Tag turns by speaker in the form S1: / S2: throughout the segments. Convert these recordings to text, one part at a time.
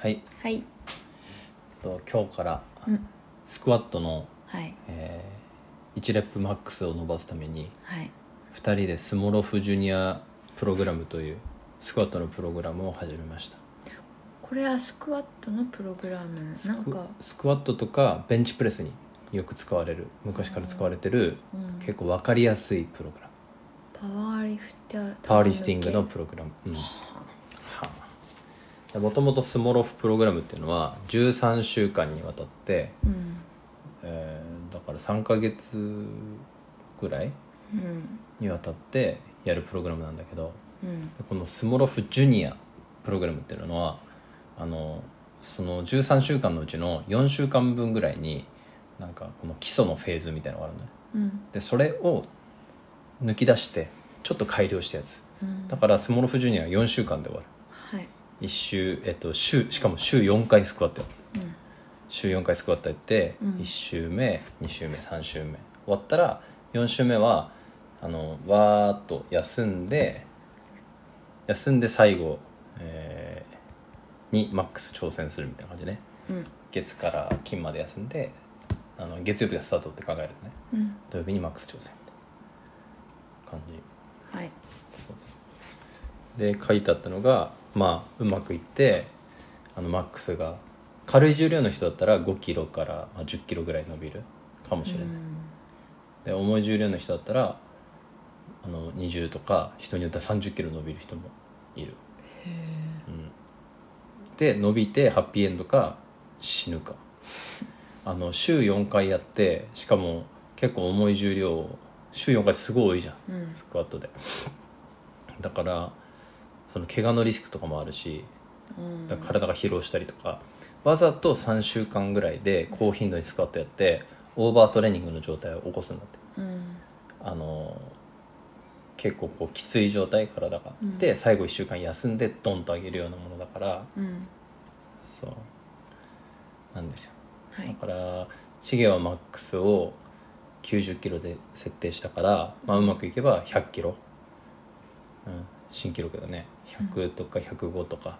S1: はい、
S2: はい
S1: と今日から
S2: うん
S1: スクワットの、
S2: はい
S1: えー1レップマックスを伸ばすために
S2: はい
S1: 2人でスモロフジュニアプログラムというスクワットのプログラムを始めました
S2: これはスクワットのプログラム
S1: ス
S2: なん
S1: ク
S2: か
S1: スクワットとかベンチプレスによく使われる昔から使われてる、
S2: うん
S1: 結構分かりやすいプログラム
S2: パワーリフター
S1: パワーリフティングの
S2: パ
S1: プログラム、うんもともとスモロフプログラムっていうのは13週間にわたって、
S2: ワーリフ
S1: えーだから3ヶ月ぐらい
S2: ティングうん
S1: にわたってやるプログラムなんだけど
S2: うんうん
S1: でこのスモロフジュニアプログラムっていうのはあのその13週間のうちの4週間分ぐらいになんかこの基礎のフェーズみたいなのがあるんだよ
S2: うん
S1: でそれを抜き出してちょっと改良したやつ
S2: うん
S1: だからスモロフジュニアは4週間で終わる
S2: はい
S1: 一週、えっと、週しかも週4回スクワットやる
S2: うん
S1: 週4回スクワットやって、
S2: うん
S1: 1週目2週目3週目終わったら4週目はあのわーっと休んで休んで最後、えーにマックス挑戦するみたいな感じね
S2: うん
S1: 月から金まで休んであの月曜日がスタートって考えるとね
S2: うん
S1: 土曜日にマックス挑戦みたいな感じ
S2: はい
S1: そうそうで書いてあったのがまあうまくいってあのマックスが軽い重量の人だったら5キロからまあ10キロぐらい伸びるかもしれない、
S2: うん
S1: で重い重量の人だったらあの20とか人によっては30キロ伸びる人もいる、うん、で伸びてハッピーエンドか死ぬ かあの週4回やってしかも結構重い重量を週4回ってすごい多いじゃん
S2: うん
S1: スクワットでだからその怪我のリスクとかもあるし
S2: うん
S1: だから体が疲労したりとかわざと3週間ぐらいで高頻度にスクワットやってオーバートレーニングの状態を起こすんだって
S2: うん
S1: あの結構こうきつい状態体が、
S2: うん
S1: で最後1週間休んでドンと上げるようなものだから
S2: うん
S1: そうなんですよ
S2: は
S1: だ
S2: い
S1: からチゲはマックスを90キロで設定したから、まあ、うまくいけば100キロ、うん、新記録だね100とか105とか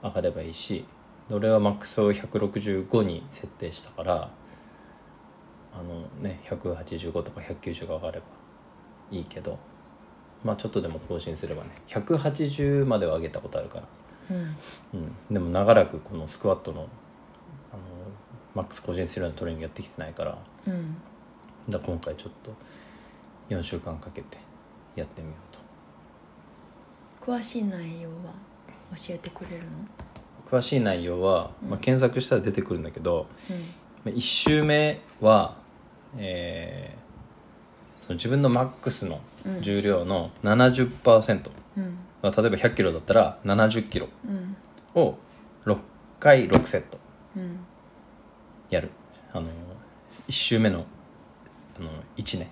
S1: 上がればいいし俺はマックスを165に設定したからあのね185とか190が上がればいいけどまあちょっとでも更新すればね180までは上げたことあるから
S2: うん
S1: うん、でも長らくこのスクワットのあのマックス個人するようなトレーニングやってきてないから
S2: うん
S1: だから今回ちょっと4週間かけてやってみようと
S2: 詳しい内容は教えてくれるの
S1: 詳しい内容は、まあ、検索したら出てくるんだけど、
S2: うん
S1: まあ1週目は、えーその自分のマックスの重量の70%、
S2: うん
S1: まあ例えば1 0 0キロだったら7 0キロ
S2: うん
S1: を6回6セット
S2: うん
S1: やるあの1週目のあの1ね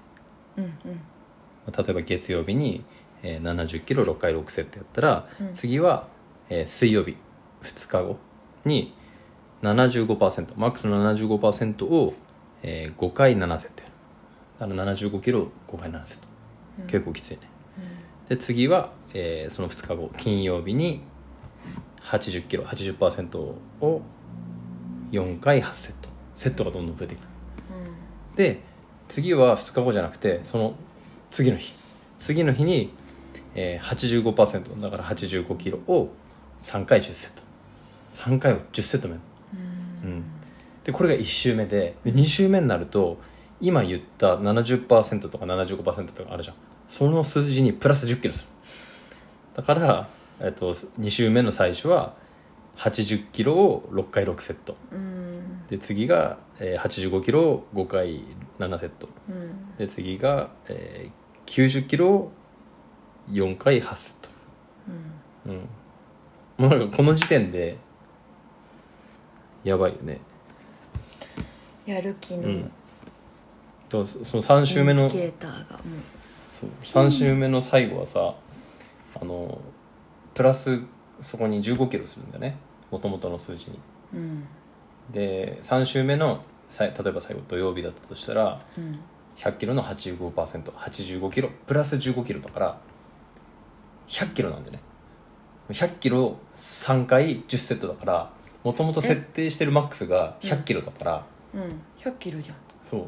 S2: うんうん
S1: 例えば月曜日に7 0キロ6回6セットやったら、
S2: うん
S1: 次は、えー水曜日2日後に75%マックスの75%を、え5回7セットやるだから7 5キロ5回7セット、結構きついねで次は、えーその2日後金曜日に8 0キロ80%を4回8セットセットがどんどん増えていくるで次は2日後じゃなくてその次の日次の日に、えー、85%だから8 5キロを3回10セット3回を10セット目うんでこれが1周目でで2周目になると今言った70%とか75%とかあるじゃんその数字にプラス1 0キロするだから、えっと2周目の最初は8 0キロを6回6セット
S2: うん
S1: で次が、えー、8 5キロを5回7セット
S2: うん
S1: で次が、えー、9 0キロを4回8セット
S2: うん
S1: うんもうなんかこの時点でやばいよね
S2: やる気
S1: う
S2: の
S1: んとそその3週目
S2: イ
S1: の
S2: ンディケーターがもう
S1: そう3週目の最後はさあのプラスそこに1 5キロするんだよねもともとの数字に
S2: うん
S1: で3週目のさい例えば最後土曜日だったとしたら
S2: うん
S1: 100キロの 85%85 キロプラス15キロだから100キロなんでね100キロ3回10セットだからもともと設定してるマックスが100キロだから
S2: うん100キロじゃん
S1: そう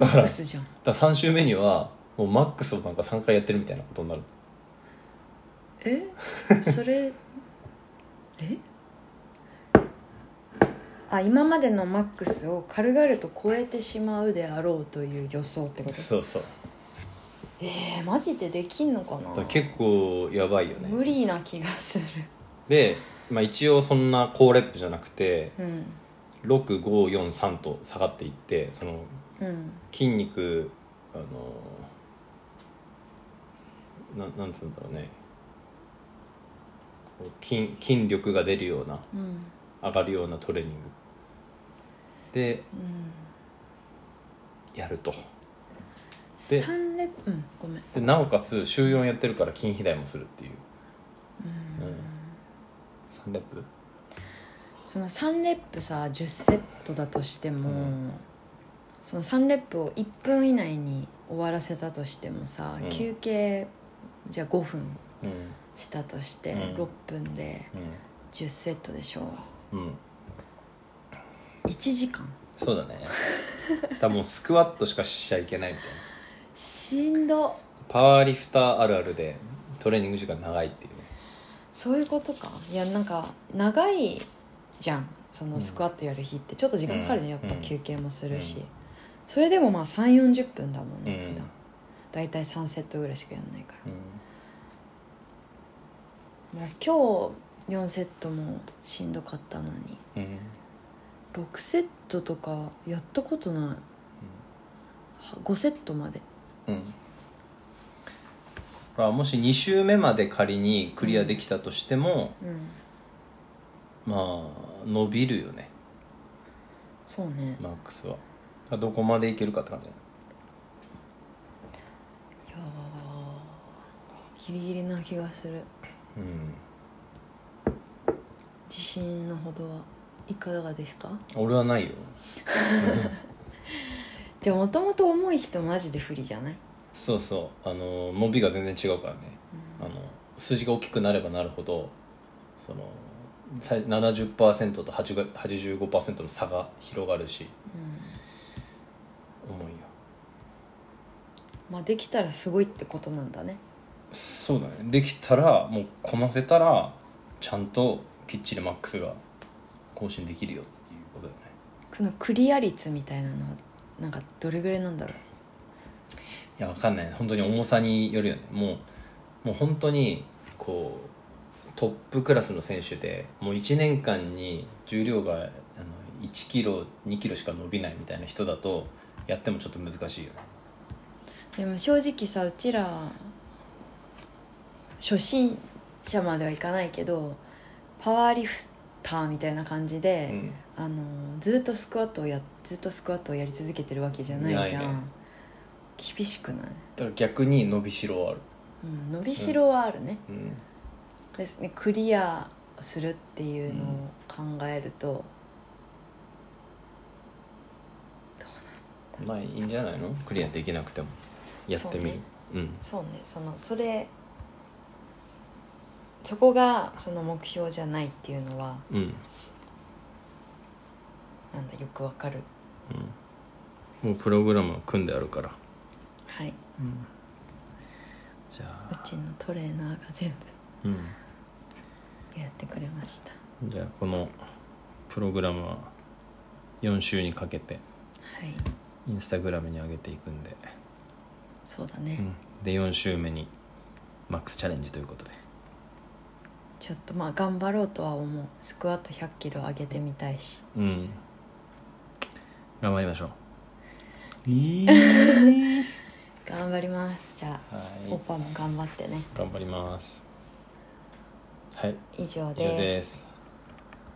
S2: マ
S1: だから
S2: ックスじゃん
S1: だから3週目にはもうマックスをなんか3回やってるみたいなことになる
S2: え それえあ今までのマックスを軽々と超えてしまうであろうという予想ってこと
S1: そうそう
S2: えー、マジでできんのかな
S1: だから結構やばいよね
S2: 無理な気がする
S1: で、まあ、一応そんな高レップじゃなくて
S2: うん
S1: 6543と下がっていってその
S2: うん
S1: 筋肉あのななんつうんだろうねこう筋筋力が出るような
S2: うん
S1: 上がるようなトレーニングで
S2: うん
S1: やるとで
S2: 3レップうんごめん
S1: でなおかつ週4やってるから筋肥大もするっていう、
S2: うん
S1: 3レップ
S2: その3レップさ10セットだとしても、
S1: うん
S2: その3レップを1分以内に終わらせたとしてもさ、
S1: うん
S2: 休憩じゃあ5分
S1: う
S2: したとして、
S1: うん
S2: 6分で
S1: ん
S2: 10セットでしょ
S1: うんうん
S2: 1時間
S1: そうだね 多分スクワットしかしちゃいけないみたいな
S2: しんど
S1: パワーリフターあるあるでトレーニング時間長いっていうね
S2: そういうことかいやなんか長いじゃんそうの
S1: ん
S2: スクワットやる日ってちょっと時間かかるじゃん、
S1: うん
S2: やっぱ休憩もするし、
S1: うん
S2: それでもまあ3 4 0分だもんね、
S1: うん
S2: 普段大体3セットぐらいしかやんないから
S1: う
S2: もう今日4セットもしんどかったの
S1: んう
S2: に
S1: ん
S2: 6セットとかやったことない、5セットまで
S1: うんだからもし2周目まで仮にクリアできたとしても、
S2: うん
S1: まあ伸びるよね
S2: そうね
S1: マックスはだからどこまでいけるかって感じだね
S2: いやーギリギリな気がする
S1: うん
S2: 自信のほどはいかがですか
S1: 俺はないよ
S2: でももともと重い人マジで不利じゃない
S1: そうそうあの伸びが全然違うからね、あの数字が大きくなればなるほどそのさ70%と80 85%の差が広がるし
S2: うん
S1: 重いよ
S2: まあできたらすごいってことなんだね
S1: そうだねできたらもうこなせたらちゃんときっちりマックスが更新できるよっていうことだよね
S2: このクリア率みたいなのはなんかどれぐらいなんだろう
S1: いやわかんない本当に重さによるよねもうもう本当にこうトップクラスの選手でもう1年間に重量があの1キロ2キロしか伸びないみたいな人だとやってもちょっと難しいよね
S2: でも正直さうちら初心者まではいかないけどパワーリフターみたいな感じで、あのずっとスクワットをやずっとスクワットをやり続けてるわけじゃないじゃん、
S1: ないね
S2: 厳しくない、
S1: だから逆に伸びしろはある、
S2: うん、伸びしろはあるね,、
S1: うん
S2: ですねクリアするっていうのを考えると、
S1: まあいいんじゃないのクリアできなくてもやってみるうん
S2: そうねそのそれそこがその目標じゃないっていうのは
S1: うん
S2: なんだよくわかる
S1: もうプログラムは組んであるから
S2: はい
S1: じゃあ
S2: うちのトレーナーが全
S1: うん
S2: 部やってくれました
S1: じゃあこのプログラムは4週にかけて
S2: はい
S1: インスタグラムに上げていくんで、
S2: そうだね、
S1: うんで4週目にマックスチャレンジということで
S2: ちょっとまあ頑張ろうとは思うスクワット1 0 0キロ上げてみたいし
S1: うん頑張りましょう
S2: 頑張りますじゃあ、
S1: はい
S2: オッパも頑張ってね
S1: 頑張りますはい
S2: 以上
S1: 以上です